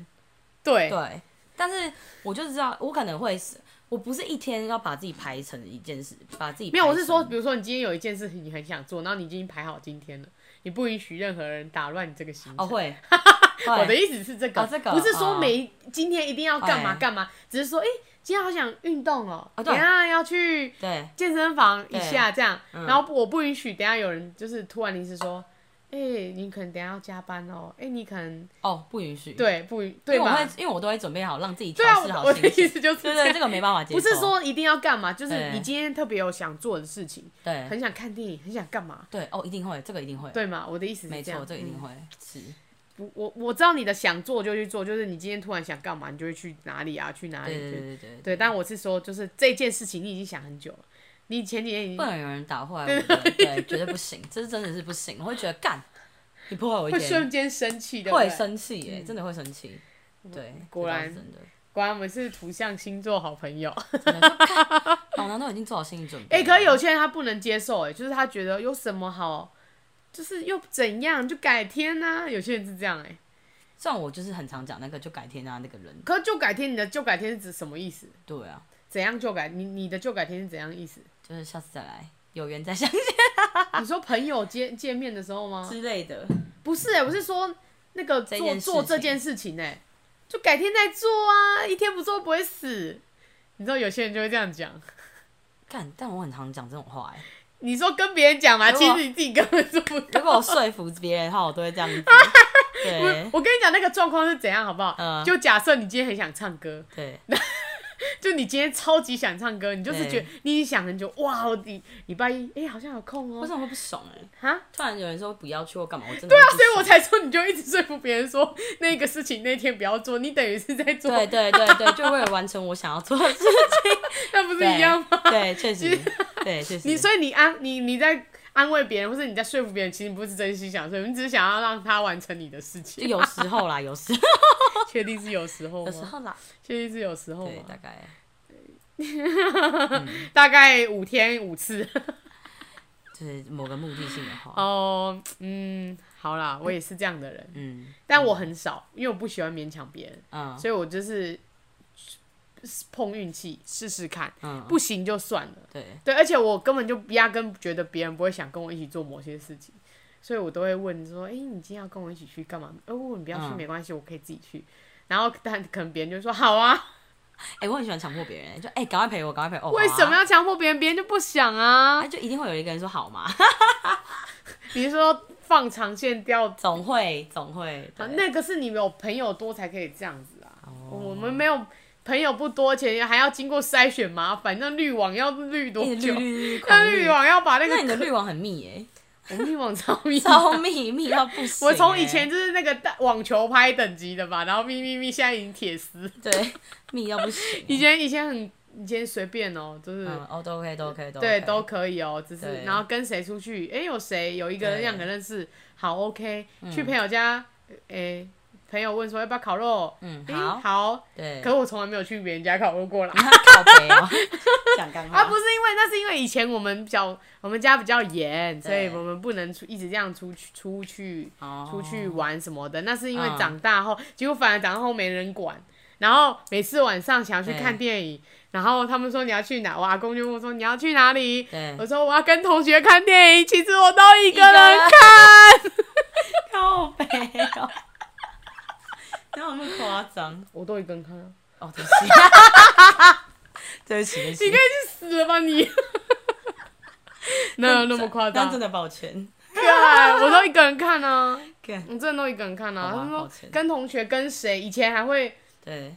[SPEAKER 3] 对，
[SPEAKER 2] 对，但是我就知道我可能会是。我不是一天要把自己排成一件事，把自己
[SPEAKER 3] 没有，
[SPEAKER 2] 排
[SPEAKER 3] 我是
[SPEAKER 2] 成
[SPEAKER 3] 说，比如说你今天有一件事情你很想做，然后你已经排好今天了，你不允许任何人打乱你这个行程。
[SPEAKER 2] 哦会，
[SPEAKER 3] 我的
[SPEAKER 2] 会
[SPEAKER 3] 意思是这个，
[SPEAKER 2] 哦这个
[SPEAKER 3] 不是说
[SPEAKER 2] 哦
[SPEAKER 3] 每、今天一定要干嘛
[SPEAKER 2] 哎
[SPEAKER 3] 干嘛，只是说，哎、今天好想运动哦，
[SPEAKER 2] 哦对
[SPEAKER 3] 等一下要去
[SPEAKER 2] 对
[SPEAKER 3] 健身房一
[SPEAKER 2] 对
[SPEAKER 3] 下这样，
[SPEAKER 2] 嗯
[SPEAKER 3] 然后不我不允许等一下有人就是突然临时说，哎、你可能等一下要加班哦，哎、你可能
[SPEAKER 2] 哦不允许，，
[SPEAKER 3] 对不允
[SPEAKER 2] 因
[SPEAKER 3] 对
[SPEAKER 2] 为我
[SPEAKER 3] 吧
[SPEAKER 2] 会？因为我都会准备好让自己
[SPEAKER 3] 对啊，
[SPEAKER 2] 调试
[SPEAKER 3] 我
[SPEAKER 2] 好
[SPEAKER 3] 我
[SPEAKER 2] 心
[SPEAKER 3] 的意
[SPEAKER 2] 情，
[SPEAKER 3] 思就是
[SPEAKER 2] 对
[SPEAKER 3] 这
[SPEAKER 2] 对，
[SPEAKER 3] 样
[SPEAKER 2] 这个没办法接
[SPEAKER 3] 不
[SPEAKER 2] 受，
[SPEAKER 3] 是说一定要干嘛，就是
[SPEAKER 2] 对
[SPEAKER 3] 你今天特别有想做的事情，
[SPEAKER 2] 对
[SPEAKER 3] 很想看电影，很想干嘛，
[SPEAKER 2] 对哦一定会，这个一定会，
[SPEAKER 3] 对吗？我的意思是
[SPEAKER 2] 没
[SPEAKER 3] 这样
[SPEAKER 2] 错，这个一定
[SPEAKER 3] 嗯
[SPEAKER 2] 会、是。
[SPEAKER 3] 我我我知道你的想做就去做，就是你今天突然想干嘛，你就会去哪里啊，去哪里？
[SPEAKER 2] 对对
[SPEAKER 3] 就
[SPEAKER 2] 对对
[SPEAKER 3] 对但我是说，就是这件事情你已经想很久了，你前几天已
[SPEAKER 2] 不
[SPEAKER 3] 经
[SPEAKER 2] 能有人打坏我的， 对，绝对不行，这真的是不行，我会觉得干，你破坏我一
[SPEAKER 3] 会
[SPEAKER 2] 天，
[SPEAKER 3] 瞬间生气，对不
[SPEAKER 2] 会
[SPEAKER 3] 对？
[SPEAKER 2] 生气耶，真的会生气，对，
[SPEAKER 3] 果
[SPEAKER 2] 这倒
[SPEAKER 3] 然
[SPEAKER 2] 是真的，
[SPEAKER 3] 果然我们是土象星座好朋友。
[SPEAKER 2] 真的就干老娘都哦已经做好心理准备
[SPEAKER 3] 哎、
[SPEAKER 2] 了，
[SPEAKER 3] 可是有些人他不能接受，哎，就是他觉得有什么好，就是又怎样，就改天呐、有些人是这样，哎，
[SPEAKER 2] 像我就是很常讲那个就改天啊那个人，
[SPEAKER 3] 可是就改天，你的就改天是指什么意思？
[SPEAKER 2] 对啊，
[SPEAKER 3] 怎样就改？你你的就改天是怎样意思？
[SPEAKER 2] 就是下次再来，有缘再相见
[SPEAKER 3] 你说朋友见见面的时候吗？
[SPEAKER 2] 之类的，
[SPEAKER 3] 不是、欸，我是说那个
[SPEAKER 2] 这
[SPEAKER 3] 做
[SPEAKER 2] 件事情
[SPEAKER 3] 做这件事情、欸，就改天再做啊，一天不做不会死。你知道有些人就会这样讲，
[SPEAKER 2] 干，但我很常讲这种话哎，
[SPEAKER 3] 你说跟别人讲嘛，
[SPEAKER 2] 如
[SPEAKER 3] 其
[SPEAKER 2] 果
[SPEAKER 3] 实你自己根本做不到。
[SPEAKER 2] 如果我说服别人的话，我都会这样子，对
[SPEAKER 3] 我跟你讲那个状况是怎样，好不好？
[SPEAKER 2] 嗯
[SPEAKER 3] 就假设你今天很想唱歌，
[SPEAKER 2] 对，
[SPEAKER 3] 就你今天超级想唱歌，你就是
[SPEAKER 2] 对
[SPEAKER 3] 觉得你已经想很久，哇，我礼礼拜一，哎、好像有空
[SPEAKER 2] 为
[SPEAKER 3] 哦、
[SPEAKER 2] 什么会不爽哎？
[SPEAKER 3] 哈，
[SPEAKER 2] 突然有人说不要去或干嘛，我真的
[SPEAKER 3] 对啊
[SPEAKER 2] 会，不
[SPEAKER 3] 所以我
[SPEAKER 2] 爽
[SPEAKER 3] 才说你就一直说服别人说那个事情那天不要做，你等于是在做，
[SPEAKER 2] 对对对对，就为了完成我想要做的事情，
[SPEAKER 3] 那不是
[SPEAKER 2] 对
[SPEAKER 3] 一样吗？
[SPEAKER 2] 对，确实，对确实。
[SPEAKER 3] 你所以你安你你在安慰别人，或是你在说服别人，其实你不是真心想说服，你只是想要让他完成你的事
[SPEAKER 2] 就
[SPEAKER 3] 情。
[SPEAKER 2] 有时候啦，有时候，
[SPEAKER 3] 确定是有时候
[SPEAKER 2] 有时
[SPEAKER 3] 吗？
[SPEAKER 2] 候啦，哦
[SPEAKER 3] 确定是有时候
[SPEAKER 2] 对，大嗯概
[SPEAKER 3] 吗？大概五天 五次。
[SPEAKER 2] 就是某个目的性的话，
[SPEAKER 3] 哦，嗯，好啦，我也是这样的人，
[SPEAKER 2] 嗯
[SPEAKER 3] 但我很少，因为我不喜欢勉强别人，
[SPEAKER 2] 嗯
[SPEAKER 3] 所以我就是碰运气试试看，
[SPEAKER 2] 嗯，
[SPEAKER 3] 不行就算了。
[SPEAKER 2] 对，
[SPEAKER 3] 对，而且我根本就压根觉得别人不会想跟我一起做某些事情，所以我都会问说：“哎、你今天要跟我一起去干嘛？”哦，你不要去、
[SPEAKER 2] 嗯
[SPEAKER 3] 没关系，我可以自己去。然后但可能别人就说：“好啊，
[SPEAKER 2] 哎，我很喜欢强迫别人，就哎，赶快陪我，赶快陪我，
[SPEAKER 3] 为什么
[SPEAKER 2] 要？
[SPEAKER 3] 要强迫别人？别人就不想啊
[SPEAKER 2] 哎，。就一定会有一个人说好嘛，”
[SPEAKER 3] 比如说放长线钓，
[SPEAKER 2] 总会总会，对
[SPEAKER 3] 那个是你有朋友多才可以这样子啊。
[SPEAKER 2] 哦
[SPEAKER 3] 我们没有朋友不多，而且还要经过筛选，麻烦。那滤网要滤多
[SPEAKER 2] 一直
[SPEAKER 3] 久
[SPEAKER 2] 绿？绿绿
[SPEAKER 3] 那
[SPEAKER 2] 狂
[SPEAKER 3] 滤
[SPEAKER 2] 绿，
[SPEAKER 3] 网要把那
[SPEAKER 2] 那你的
[SPEAKER 3] 个
[SPEAKER 2] 绿网很密耶，
[SPEAKER 3] 我们滤网超 密的
[SPEAKER 2] 超密密到不行耶。
[SPEAKER 3] 我从以前就是那个大网球拍等级的吧，然后咪咪咪，现在已经铁丝。
[SPEAKER 2] 对密到不 行
[SPEAKER 3] 以
[SPEAKER 2] 耶，
[SPEAKER 3] 前以前很，以前随便哦、就是、
[SPEAKER 2] 嗯，哦都 OK 都 OK 都
[SPEAKER 3] 对
[SPEAKER 2] OK
[SPEAKER 3] 都可以哦、只是
[SPEAKER 2] 对
[SPEAKER 3] 然后跟谁出去，哎、有谁有一个
[SPEAKER 2] 对
[SPEAKER 3] 人两个认识，好 OK，、去朋友家，哎、朋友问说要不要烤肉，
[SPEAKER 2] 嗯
[SPEAKER 3] 诶
[SPEAKER 2] 好
[SPEAKER 3] 好，
[SPEAKER 2] 对，
[SPEAKER 3] 可是我从来没有去别人家烤肉过啦。
[SPEAKER 2] 靠背哦，讲干
[SPEAKER 3] 啊，
[SPEAKER 2] 话
[SPEAKER 3] 不是因为那是因为以前我们比较我们家比较严，所以
[SPEAKER 2] 对
[SPEAKER 3] 我们不能出一直这样出去出去
[SPEAKER 2] 哦
[SPEAKER 3] 出去玩什么的。那是因为
[SPEAKER 2] 嗯
[SPEAKER 3] 长大后，结果反而长大后没人管。然后每次晚上想要去看
[SPEAKER 2] 对
[SPEAKER 3] 电影，然后他们说你要去哪，我阿公就问我说你要去哪里，
[SPEAKER 2] 对
[SPEAKER 3] 我说我要跟同学看电影，其实我都一个
[SPEAKER 2] 一个
[SPEAKER 3] 人
[SPEAKER 2] 人
[SPEAKER 3] 看，
[SPEAKER 2] 靠背哦，哪有那么夸张？
[SPEAKER 3] 我都一个人看啊，
[SPEAKER 2] 哦，对不 起，对不起，对不起，
[SPEAKER 3] 你死了吧你，哪有那么夸
[SPEAKER 2] 但
[SPEAKER 3] 张
[SPEAKER 2] 真？的抱歉，
[SPEAKER 3] 看，我都一个人看啊，
[SPEAKER 2] 干
[SPEAKER 3] 我真的都一个人看啊。
[SPEAKER 2] 好吧
[SPEAKER 3] 他
[SPEAKER 2] 抱
[SPEAKER 3] 说
[SPEAKER 2] 歉
[SPEAKER 3] 跟同学跟谁，以前还会
[SPEAKER 2] 对，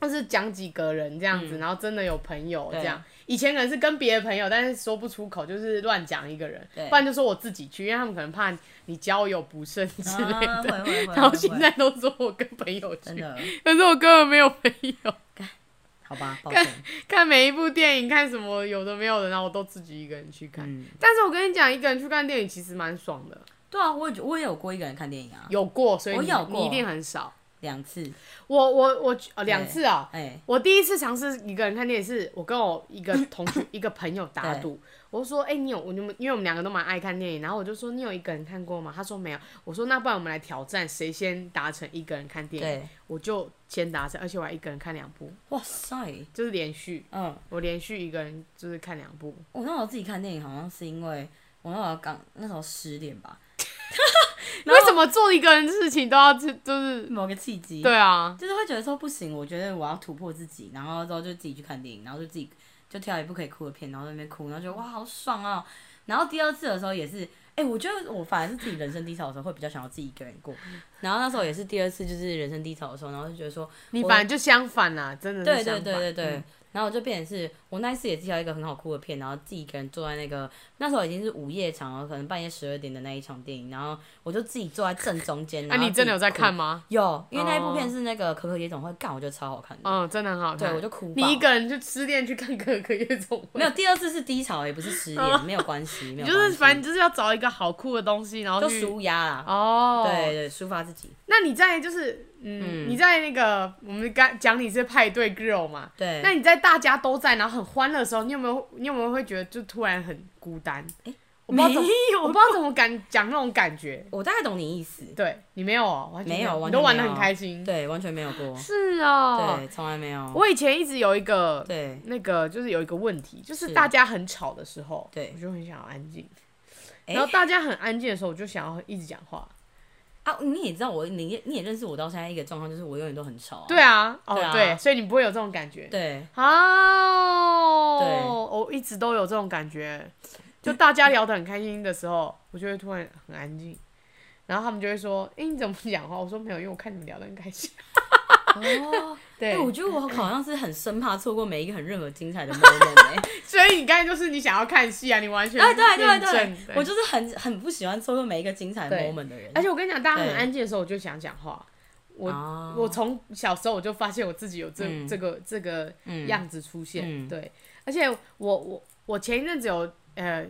[SPEAKER 3] 就是讲几个人这样子，
[SPEAKER 2] 嗯
[SPEAKER 3] 然后真的有朋友
[SPEAKER 2] 对
[SPEAKER 3] 这样。以前可能是跟别的朋友，但是说不出口，就是乱讲一个人
[SPEAKER 2] 对，
[SPEAKER 3] 不然就说我自己去，因为他们可能怕你交友不慎之类
[SPEAKER 2] 啊会
[SPEAKER 3] 的。
[SPEAKER 2] 会会，
[SPEAKER 3] 然后
[SPEAKER 2] 会
[SPEAKER 3] 现在都说我跟朋友
[SPEAKER 2] 真
[SPEAKER 3] 去，
[SPEAKER 2] 的
[SPEAKER 3] 可是我根本没有朋友。
[SPEAKER 2] 好吧，抱歉，
[SPEAKER 3] 看每一部电影，看什么有的没有的，然后我都自己一个人去看。
[SPEAKER 2] 嗯，
[SPEAKER 3] 但是我跟你讲，一个人去看电影其实蛮爽的。
[SPEAKER 2] 对啊，我也觉我也有过一个人看电影啊，
[SPEAKER 3] 有过，所以
[SPEAKER 2] 我
[SPEAKER 3] 你
[SPEAKER 2] 有过
[SPEAKER 3] 你一定很少。
[SPEAKER 2] 两次，
[SPEAKER 3] 我我我呃两次啊、
[SPEAKER 2] 哎，
[SPEAKER 3] 我第一次尝试一个人看电影，是我跟我一个同 学一个朋友打赌，我就说，哎、你有我你们，因为我们两个都蛮爱看电影，然后我就说，你有一个人看过吗？他说没有，我说那不然我们来挑战，谁先达成一个人看电影，
[SPEAKER 2] 对，
[SPEAKER 3] 我就先达成，而且我还一个人看两部，
[SPEAKER 2] 哇塞，
[SPEAKER 3] 就是连续，
[SPEAKER 2] 嗯，
[SPEAKER 3] 我连续一个人就是看两部，
[SPEAKER 2] 我那时候自己看电影好像是因为我那时候刚那时候失恋吧，然
[SPEAKER 3] 为
[SPEAKER 2] 后
[SPEAKER 3] 什么做一个人的事情都要去，就是
[SPEAKER 2] 某个契机，
[SPEAKER 3] 对啊，
[SPEAKER 2] 就是会觉得说不行，我觉得我要突破自己，然后之后就自己去看电影，然后就自己就挑一部可以哭的片，然后在那边哭，然后觉得哇好爽啊！然后第二次的时候也是，哎、我觉得我反而是自己人生低潮的时候会比较想要自己一个人过，然后那时候也是第二次就是人生低潮的时候，然后就觉得说，
[SPEAKER 3] 你
[SPEAKER 2] 我
[SPEAKER 3] 反正就相反啦，真的
[SPEAKER 2] 对对
[SPEAKER 3] 是相反，
[SPEAKER 2] 对对对，
[SPEAKER 3] 嗯
[SPEAKER 2] 然后我就变成是我那一次也是挑一个很好哭的片，然后自己一个人坐在那个那时候已经是午夜场了，可能半夜十二点的那一场电影，然后我就自己坐在正中间，
[SPEAKER 3] 那、
[SPEAKER 2] 然后
[SPEAKER 3] 啊你真的有在
[SPEAKER 2] 自己哭
[SPEAKER 3] 看？吗？
[SPEAKER 2] 有，因为那一部
[SPEAKER 3] 哦
[SPEAKER 2] 片是那个可可夜总会，干我觉得超好看的。
[SPEAKER 3] 嗯，真的很好看。
[SPEAKER 2] 对，我就哭爆。
[SPEAKER 3] 你一个人就失恋去看可可夜总会，
[SPEAKER 2] 没有，第二次是低潮，也不是失恋，没有关 系，没
[SPEAKER 3] 哦你
[SPEAKER 2] 有
[SPEAKER 3] 就是
[SPEAKER 2] 关系，
[SPEAKER 3] 反正你就是要找一个好酷的东西，然后
[SPEAKER 2] 就
[SPEAKER 3] 去
[SPEAKER 2] 舒压啦。
[SPEAKER 3] 哦。
[SPEAKER 2] 对，对，抒发自己。
[SPEAKER 3] 那你在就是嗯，你在那个我们刚讲你是派对 girl 嘛，
[SPEAKER 2] 对，
[SPEAKER 3] 那你在大家都在然后很欢乐的时候，你有没有你有没有会觉得就突然很孤单？我不知道怎么，我不知道怎么感讲那种感觉。
[SPEAKER 2] 我大概懂你意思。
[SPEAKER 3] 对你没有哦，完全
[SPEAKER 2] 没有，完全
[SPEAKER 3] 你都玩的
[SPEAKER 2] 没有
[SPEAKER 3] 很开心。
[SPEAKER 2] 对，完全没有过，
[SPEAKER 3] 是哦，
[SPEAKER 2] 对，从来没有。
[SPEAKER 3] 我以前一直有一个
[SPEAKER 2] 对，
[SPEAKER 3] 那个就是有一个问题，就是
[SPEAKER 2] 是
[SPEAKER 3] 大家很吵的时候，
[SPEAKER 2] 对
[SPEAKER 3] 我就很想要安静。
[SPEAKER 2] 诶
[SPEAKER 3] 然后大家很安静的时候，我就想要一直讲话。
[SPEAKER 2] 啊，你也知道我，你也你也认识我到现在一个状况，就是我永远都很吵啊。
[SPEAKER 3] 对啊，哦
[SPEAKER 2] 对啊
[SPEAKER 3] 对，所以你不会有这种感觉。
[SPEAKER 2] 对，对
[SPEAKER 3] 哦，我一直都有这种感 觉，就大家聊得很开心的时候，我就会突然很安静。然后他们就会说：“哎、你怎么不讲话？”我说：“没有，因为我看你们聊得很开心。
[SPEAKER 2] 哦，
[SPEAKER 3] 对
[SPEAKER 2] 哎，我觉得我好像是很生怕错过每一个很任何精 彩的 moment 哎。
[SPEAKER 3] 所以你刚才就是你想要看戏啊，你完全
[SPEAKER 2] 哎，对对
[SPEAKER 3] 验
[SPEAKER 2] 对
[SPEAKER 3] 证，
[SPEAKER 2] 我就是很很不喜欢错过每一个精彩的
[SPEAKER 3] 对
[SPEAKER 2] moment 的人。
[SPEAKER 3] 而且我跟你讲，大家很
[SPEAKER 2] 对
[SPEAKER 3] 安静的时候，我就想讲话。我、
[SPEAKER 2] 啊
[SPEAKER 3] 我从小时候我就发现我自己有这、
[SPEAKER 2] 嗯
[SPEAKER 3] 这个这个
[SPEAKER 2] 嗯
[SPEAKER 3] 样子出现，
[SPEAKER 2] 嗯
[SPEAKER 3] 对。而且我我我前一阵子有呃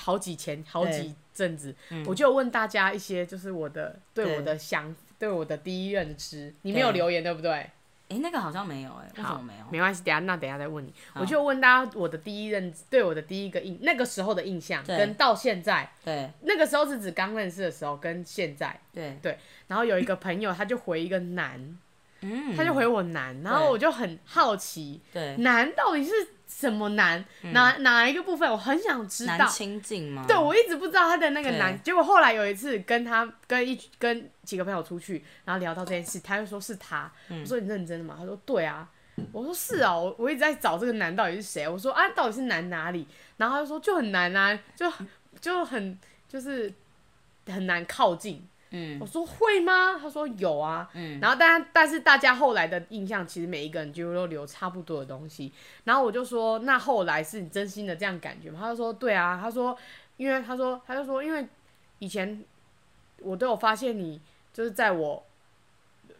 [SPEAKER 3] 好几前好几阵子，
[SPEAKER 2] 嗯
[SPEAKER 3] 我就有问大家一些就是我的对
[SPEAKER 2] 对
[SPEAKER 3] 我的想对我的第一认知，你没有
[SPEAKER 2] 对
[SPEAKER 3] 留言对不对？
[SPEAKER 2] 哎，那个好像没有哎，为什
[SPEAKER 3] 好
[SPEAKER 2] 么没有？
[SPEAKER 3] 没关系，等一下那等一下再问你。我就问大家我的第一认知，对我的第一个印那个时候的印象，
[SPEAKER 2] 对
[SPEAKER 3] 跟到现在
[SPEAKER 2] 对
[SPEAKER 3] 那个时候是指刚认识的时候跟现在，
[SPEAKER 2] 对，
[SPEAKER 3] 然后有一个朋友，他就回一个男，
[SPEAKER 2] 嗯，
[SPEAKER 3] 他就回我男，然后我就很好奇，
[SPEAKER 2] 对
[SPEAKER 3] 男到底是什么男，哪哪一个部分，我很想知
[SPEAKER 2] 难
[SPEAKER 3] 道。
[SPEAKER 2] 亲近吗？
[SPEAKER 3] 对，我一直不知道他的那个男，
[SPEAKER 2] 嗯对
[SPEAKER 3] 结果后来有一次跟他跟一跟几个朋友出去，然后聊到这件事，他就说是他，
[SPEAKER 2] 嗯
[SPEAKER 3] 我说你认真的吗？他说对啊，我说是啊，我我一直在找这个男到底是谁，我说啊到底是男哪里，然后他就说就很难啊，就就很就是很难靠近，
[SPEAKER 2] 嗯
[SPEAKER 3] 我说会吗？他说有啊，
[SPEAKER 2] 嗯
[SPEAKER 3] 然后但但是大家后来的印象，其实每一个人几乎都留差不多的东西。然后我就说，那后来是你真心的这样感觉吗？他就说对啊，他说因为他说他就说因为以前我都有发现你就是在我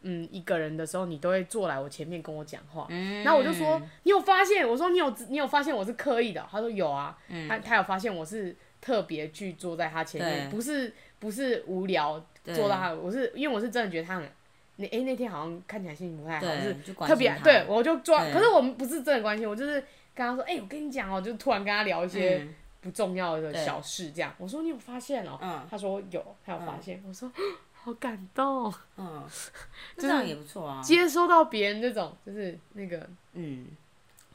[SPEAKER 3] 嗯一个人的时候，你都会坐来我前面跟我讲话。
[SPEAKER 2] 嗯，
[SPEAKER 3] 然后我就说，你有发现？我说你有你有发现我是刻意的？他说有啊，
[SPEAKER 2] 嗯
[SPEAKER 3] 他他有发现我是特别去坐在他前面，
[SPEAKER 2] 对
[SPEAKER 3] 不是不是无聊
[SPEAKER 2] 对
[SPEAKER 3] 坐到他，我是因为我是真的觉得他很。那哎、那天好像看起来心情不太好，
[SPEAKER 2] 对
[SPEAKER 3] 是
[SPEAKER 2] 就关
[SPEAKER 3] 特
[SPEAKER 2] 心
[SPEAKER 3] 别
[SPEAKER 2] 他
[SPEAKER 3] 对我就抓，
[SPEAKER 2] 对
[SPEAKER 3] 可是我们不是真的关心，我就是跟他说，哎、我跟你讲哦、就突然跟他聊一些
[SPEAKER 2] 嗯
[SPEAKER 3] 不重要的
[SPEAKER 2] 对
[SPEAKER 3] 小事，这样。我说你有发现哦、
[SPEAKER 2] 嗯
[SPEAKER 3] 他说有，他有发现。我说好感动，
[SPEAKER 2] 嗯，那这
[SPEAKER 3] 是
[SPEAKER 2] 样也不错啊，
[SPEAKER 3] 接收到别人这种就是那个
[SPEAKER 2] 嗯，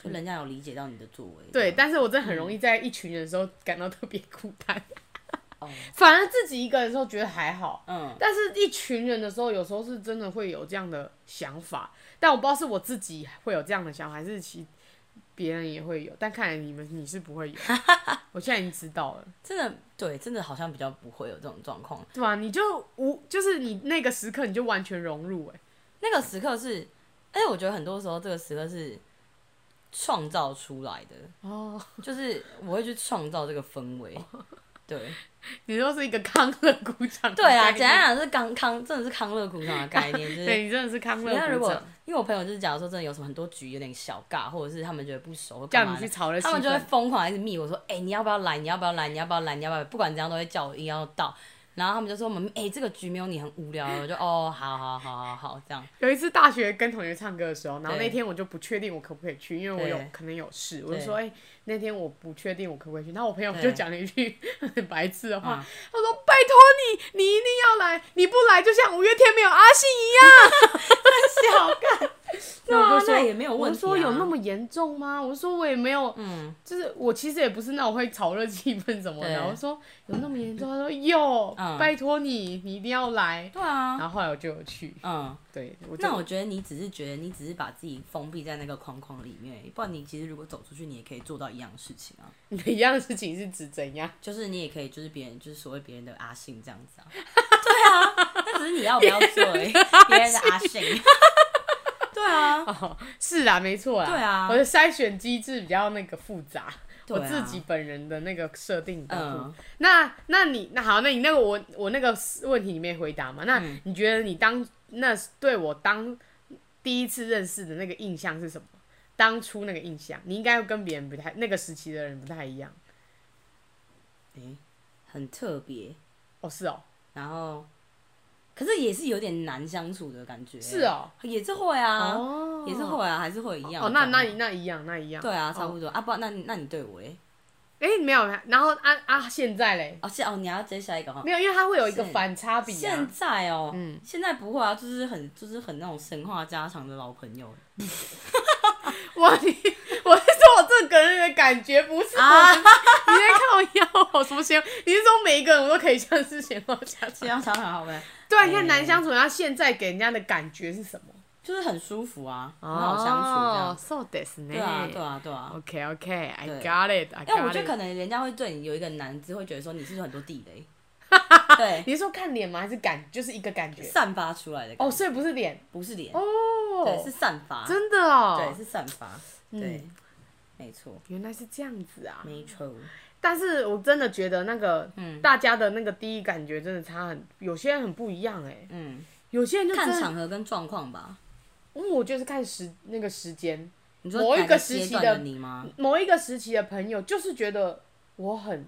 [SPEAKER 2] 就人家有理解到你的作为，
[SPEAKER 3] 对，但是我真的很容
[SPEAKER 2] 嗯
[SPEAKER 3] 易在一群人的时候感到特别孤单，
[SPEAKER 2] 哦，
[SPEAKER 3] 反而自己一个人的时候觉得还好，
[SPEAKER 2] 嗯，
[SPEAKER 3] 但是一群人的时候，有时候是真的会有这样的想法，但我不知道是我自己会有这样的想法，还是其别人也会有，但看来你们你是 不会有。我现在已经知道了，
[SPEAKER 2] 真的对，真的好像比较不会有这种状况。
[SPEAKER 3] 对吧？你就无，就是你那个时刻你就完全融入、哎，
[SPEAKER 2] 那个时刻是，而且我觉得很多时候这个时刻是创造出来的，
[SPEAKER 3] 哦，
[SPEAKER 2] 就是我会去创造这个氛围。对
[SPEAKER 3] 你都是一个康乐鼓掌。
[SPEAKER 2] 对 啊，简单，讲是康康，真的是康乐鼓掌的概念，就是
[SPEAKER 3] 对你真的是康乐鼓
[SPEAKER 2] 那
[SPEAKER 3] 掌。
[SPEAKER 2] 如果因为我朋友就是，假如说真的有什么很多局有点小尬，或者是他们觉得不熟或干
[SPEAKER 3] 叫
[SPEAKER 2] 嘛
[SPEAKER 3] 你去
[SPEAKER 2] 的，
[SPEAKER 3] 炒热气
[SPEAKER 2] 他们就会
[SPEAKER 3] 氛，
[SPEAKER 2] 疯狂一直密我说，哎、你要不要来？你要不要来？你要不要来？你要不要来？不管怎样都会叫我一定要到。然后他们就说我们哎、这个局没有你很无聊，我就哦好好好好好这样。
[SPEAKER 3] 有一次大学跟同学唱歌的时候，然后
[SPEAKER 2] 对
[SPEAKER 3] 那天我就不确定我可不可以去，因为我有
[SPEAKER 2] 对
[SPEAKER 3] 可能有事，我就
[SPEAKER 2] 对
[SPEAKER 3] 说，哎、那天我不确定我可不可以去。然后我朋友
[SPEAKER 2] 对
[SPEAKER 3] 就讲了一句很白痴的话，
[SPEAKER 2] 嗯
[SPEAKER 3] 他说：“拜托你，你一定要来，你不来就像五月天没有阿信 一样。”小
[SPEAKER 2] 对啊
[SPEAKER 3] 干，我就说
[SPEAKER 2] 那也没有问题啊
[SPEAKER 3] 我就说有那么严重吗？我就说我也没有，
[SPEAKER 2] 嗯，
[SPEAKER 3] 就是我其实也不是那种会炒热气氛什么的。
[SPEAKER 2] 对
[SPEAKER 3] 我说有那么严重？他说有，
[SPEAKER 2] 嗯
[SPEAKER 3] 拜托你，你一定要来。
[SPEAKER 2] 对啊，
[SPEAKER 3] 然后后来我就有去，
[SPEAKER 2] 嗯，
[SPEAKER 3] 对，我就
[SPEAKER 2] 那我觉得你只是觉得你只是把自己封闭在那个框框里面而已，不然你其实如果走出去，你也可以做到一样的事情啊，
[SPEAKER 3] 你的一样的事情是指怎样？
[SPEAKER 2] 就是你也可以就是别人就是所谓别人的阿信这样子啊， 对啊，那只是你要不要做而 已，别人的阿信，对啊，
[SPEAKER 3] 哦，是啊，没错啦。
[SPEAKER 2] 对啊
[SPEAKER 3] 我的筛选机制比较那个复杂，
[SPEAKER 2] 对
[SPEAKER 3] 我
[SPEAKER 2] 啊
[SPEAKER 3] 自己本人的那个设定比较复
[SPEAKER 2] 嗯，
[SPEAKER 3] 那那你那好，那你那个我我那个问题你没回答嘛？那
[SPEAKER 2] 嗯
[SPEAKER 3] 你觉得你当那对我当第一次认识的那个印象是什么？当初那个印象，你应该跟别人不太那个时期的人不太一样。
[SPEAKER 2] 诶、很特别，
[SPEAKER 3] 哦，是哦，
[SPEAKER 2] 然后可是也是有点难相处的感觉，
[SPEAKER 3] 是，哦，
[SPEAKER 2] 也是会啊，
[SPEAKER 3] 哦，
[SPEAKER 2] 也是会啊，还是会一样
[SPEAKER 3] 哦，那那
[SPEAKER 2] 你
[SPEAKER 3] 那一样，那一样。
[SPEAKER 2] 对啊，差
[SPEAKER 3] 哦。
[SPEAKER 2] 不多、啊，不然，那你那你对我诶、
[SPEAKER 3] 哎、没有，然后啊啊，现在嘞，
[SPEAKER 2] 哦，是哦，你还要接下一个哈。
[SPEAKER 3] 没有，因为它会有一个
[SPEAKER 2] 是
[SPEAKER 3] 反差比、啊。
[SPEAKER 2] 现在哦，
[SPEAKER 3] 嗯
[SPEAKER 2] 现在不会啊，就是很就是很那种神话家常的老朋友
[SPEAKER 3] 我你我是说我这个人的感觉不是我
[SPEAKER 2] 啊
[SPEAKER 3] 你在看我腰我哦什么闲？你是说每一个人我都可以像是闲话家
[SPEAKER 2] 这
[SPEAKER 3] 常？
[SPEAKER 2] 样想想好呗，
[SPEAKER 3] 对啊，你看难相处，然后现在给人家的感觉是什么？
[SPEAKER 2] 就是很舒服啊，
[SPEAKER 3] 哦
[SPEAKER 2] 很好相处这样。
[SPEAKER 3] so this 呢？
[SPEAKER 2] 对啊，对啊，对啊。
[SPEAKER 3] OK OK，I
[SPEAKER 2] 对
[SPEAKER 3] got it，I
[SPEAKER 2] 因为
[SPEAKER 3] got
[SPEAKER 2] 我觉得
[SPEAKER 3] it。
[SPEAKER 2] 可能人家会对你有一个难字，会觉得说你是不是很多地雷， 对，
[SPEAKER 3] 你是说看脸吗？还是感？就是一个感觉。
[SPEAKER 2] 散发出来的感
[SPEAKER 3] 哦，
[SPEAKER 2] 觉，
[SPEAKER 3] 所以不是脸
[SPEAKER 2] 不是脸，对，
[SPEAKER 3] 哦
[SPEAKER 2] 是，散发，
[SPEAKER 3] 真的哦。嗯
[SPEAKER 2] 对，是散发，对，没错，
[SPEAKER 3] 原来是这样子啊。
[SPEAKER 2] 没嗯错，
[SPEAKER 3] 但是我真的觉得那个，大家的那个第一感觉真的差很，有些人很不一样哎、
[SPEAKER 2] 嗯，
[SPEAKER 3] 有些人就真
[SPEAKER 2] 看
[SPEAKER 3] 的
[SPEAKER 2] 场合跟状况吧。
[SPEAKER 3] 嗯，我就是看时那个时间，
[SPEAKER 2] 你说
[SPEAKER 3] 某一
[SPEAKER 2] 哪
[SPEAKER 3] 个时
[SPEAKER 2] 阶
[SPEAKER 3] 期
[SPEAKER 2] 段
[SPEAKER 3] 的
[SPEAKER 2] 的你吗？
[SPEAKER 3] 某一个时期的朋友，就是觉得我很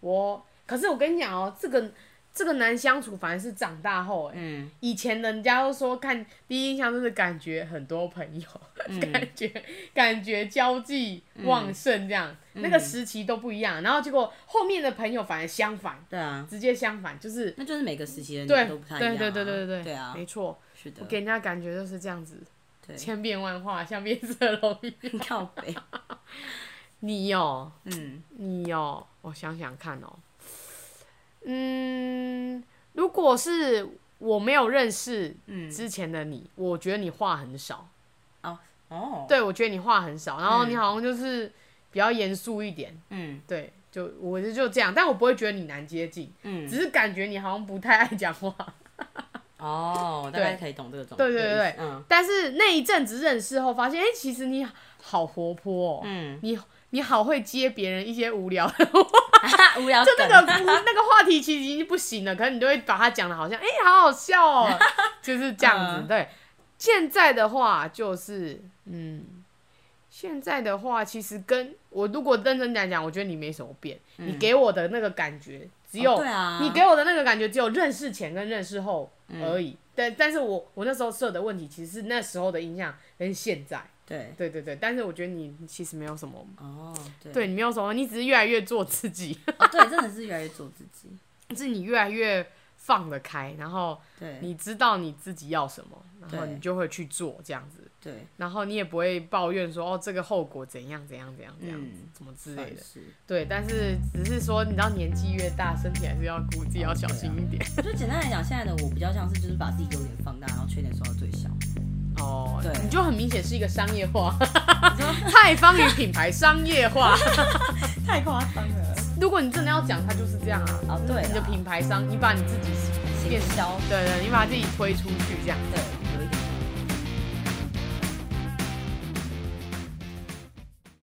[SPEAKER 3] 我，可是我跟你讲哦、这个这个难相处，反而是长大后、欸，
[SPEAKER 2] 嗯，
[SPEAKER 3] 以前人家都说看第一印象就是感觉很多朋友，
[SPEAKER 2] 嗯
[SPEAKER 3] 感觉感觉交际旺盛这样，
[SPEAKER 2] 嗯
[SPEAKER 3] 那个时期都不一样，然后结果后面的朋友反而相反，
[SPEAKER 2] 对啊，
[SPEAKER 3] 直接相反，就是
[SPEAKER 2] 那就是每个时期的
[SPEAKER 3] 对
[SPEAKER 2] 嗯你都不太一样、
[SPEAKER 3] 对
[SPEAKER 2] 啊。
[SPEAKER 3] 对对对
[SPEAKER 2] 对啊，
[SPEAKER 3] 没错，
[SPEAKER 2] 是的
[SPEAKER 3] 我，给人家感觉就是这样子，
[SPEAKER 2] 对，
[SPEAKER 3] 千变万化，像变色龙 一样。
[SPEAKER 2] 靠北，
[SPEAKER 3] 你哦、
[SPEAKER 2] 嗯，
[SPEAKER 3] 你哦，我想想看哦，嗯，如果是我没有认识
[SPEAKER 2] 嗯
[SPEAKER 3] 之前的你，我觉得你话很少，
[SPEAKER 2] 哦哦，，
[SPEAKER 3] 对我觉得你话很少，然后
[SPEAKER 2] 嗯
[SPEAKER 3] 你好像就是比较严肃一点，
[SPEAKER 2] 嗯
[SPEAKER 3] 对，就我就就这样，但我不会觉得你难接近，
[SPEAKER 2] 嗯，
[SPEAKER 3] 只是感觉你好像不太爱讲话。
[SPEAKER 2] 哦，我大
[SPEAKER 3] 对
[SPEAKER 2] 概可以懂这个种，
[SPEAKER 3] 对对对对
[SPEAKER 2] 嗯
[SPEAKER 3] 但是那一阵子认识后，发现哎、诶其实你好活泼哦，
[SPEAKER 2] 嗯，
[SPEAKER 3] 你你好会接别人一些无聊的
[SPEAKER 2] 哈 无聊
[SPEAKER 3] 就
[SPEAKER 2] 梗，
[SPEAKER 3] 那个不那个话题其实已经不行了，可是你就会把它讲的好像哎、诶好好笑哦、 就是这样子。
[SPEAKER 2] 嗯
[SPEAKER 3] 对，现在的话就是嗯，现在的话其实跟我如果认真讲讲，我觉得你没什么变，你给我的那个感觉只有、
[SPEAKER 2] 嗯哦对啊嗯
[SPEAKER 3] 你给我的那个感觉只有认识前跟认识后而已。但但是我我那时候设的问题其实是那时候的印象跟现在，
[SPEAKER 2] 对，
[SPEAKER 3] 对对对，但是我觉得你其实没有什么，
[SPEAKER 2] 哦对
[SPEAKER 3] 对你没有什么，你只是越来越做自己。
[SPEAKER 2] 哦对，真的是越来越做自己，
[SPEAKER 3] 是你越来越放得开，然后
[SPEAKER 2] 对
[SPEAKER 3] 你知道你自己要什么，然后
[SPEAKER 2] 对
[SPEAKER 3] 你就会去做这样子，
[SPEAKER 2] 对，
[SPEAKER 3] 然后你也不会抱怨说哦这个后果怎样怎样怎样怎样
[SPEAKER 2] 嗯
[SPEAKER 3] 怎么之类的
[SPEAKER 2] 算。是。
[SPEAKER 3] 对，但是只是说你知道年纪越大，身体还是要顾自己要小心一点。
[SPEAKER 2] 我觉得简单来讲，现在的我比较像是就是把自己优点放大，然后缺点缩到最小。
[SPEAKER 3] 哦，
[SPEAKER 2] 对
[SPEAKER 3] 你就很明显是一个商业 化，泰方与品牌商业化。
[SPEAKER 2] 太夸张了。
[SPEAKER 3] 如果你真的要讲，它就是这样啊。
[SPEAKER 2] 哦对啦
[SPEAKER 3] 你的品牌商，你把你自己
[SPEAKER 2] 行销
[SPEAKER 3] 对对，你把自己推出去这样。
[SPEAKER 2] 对。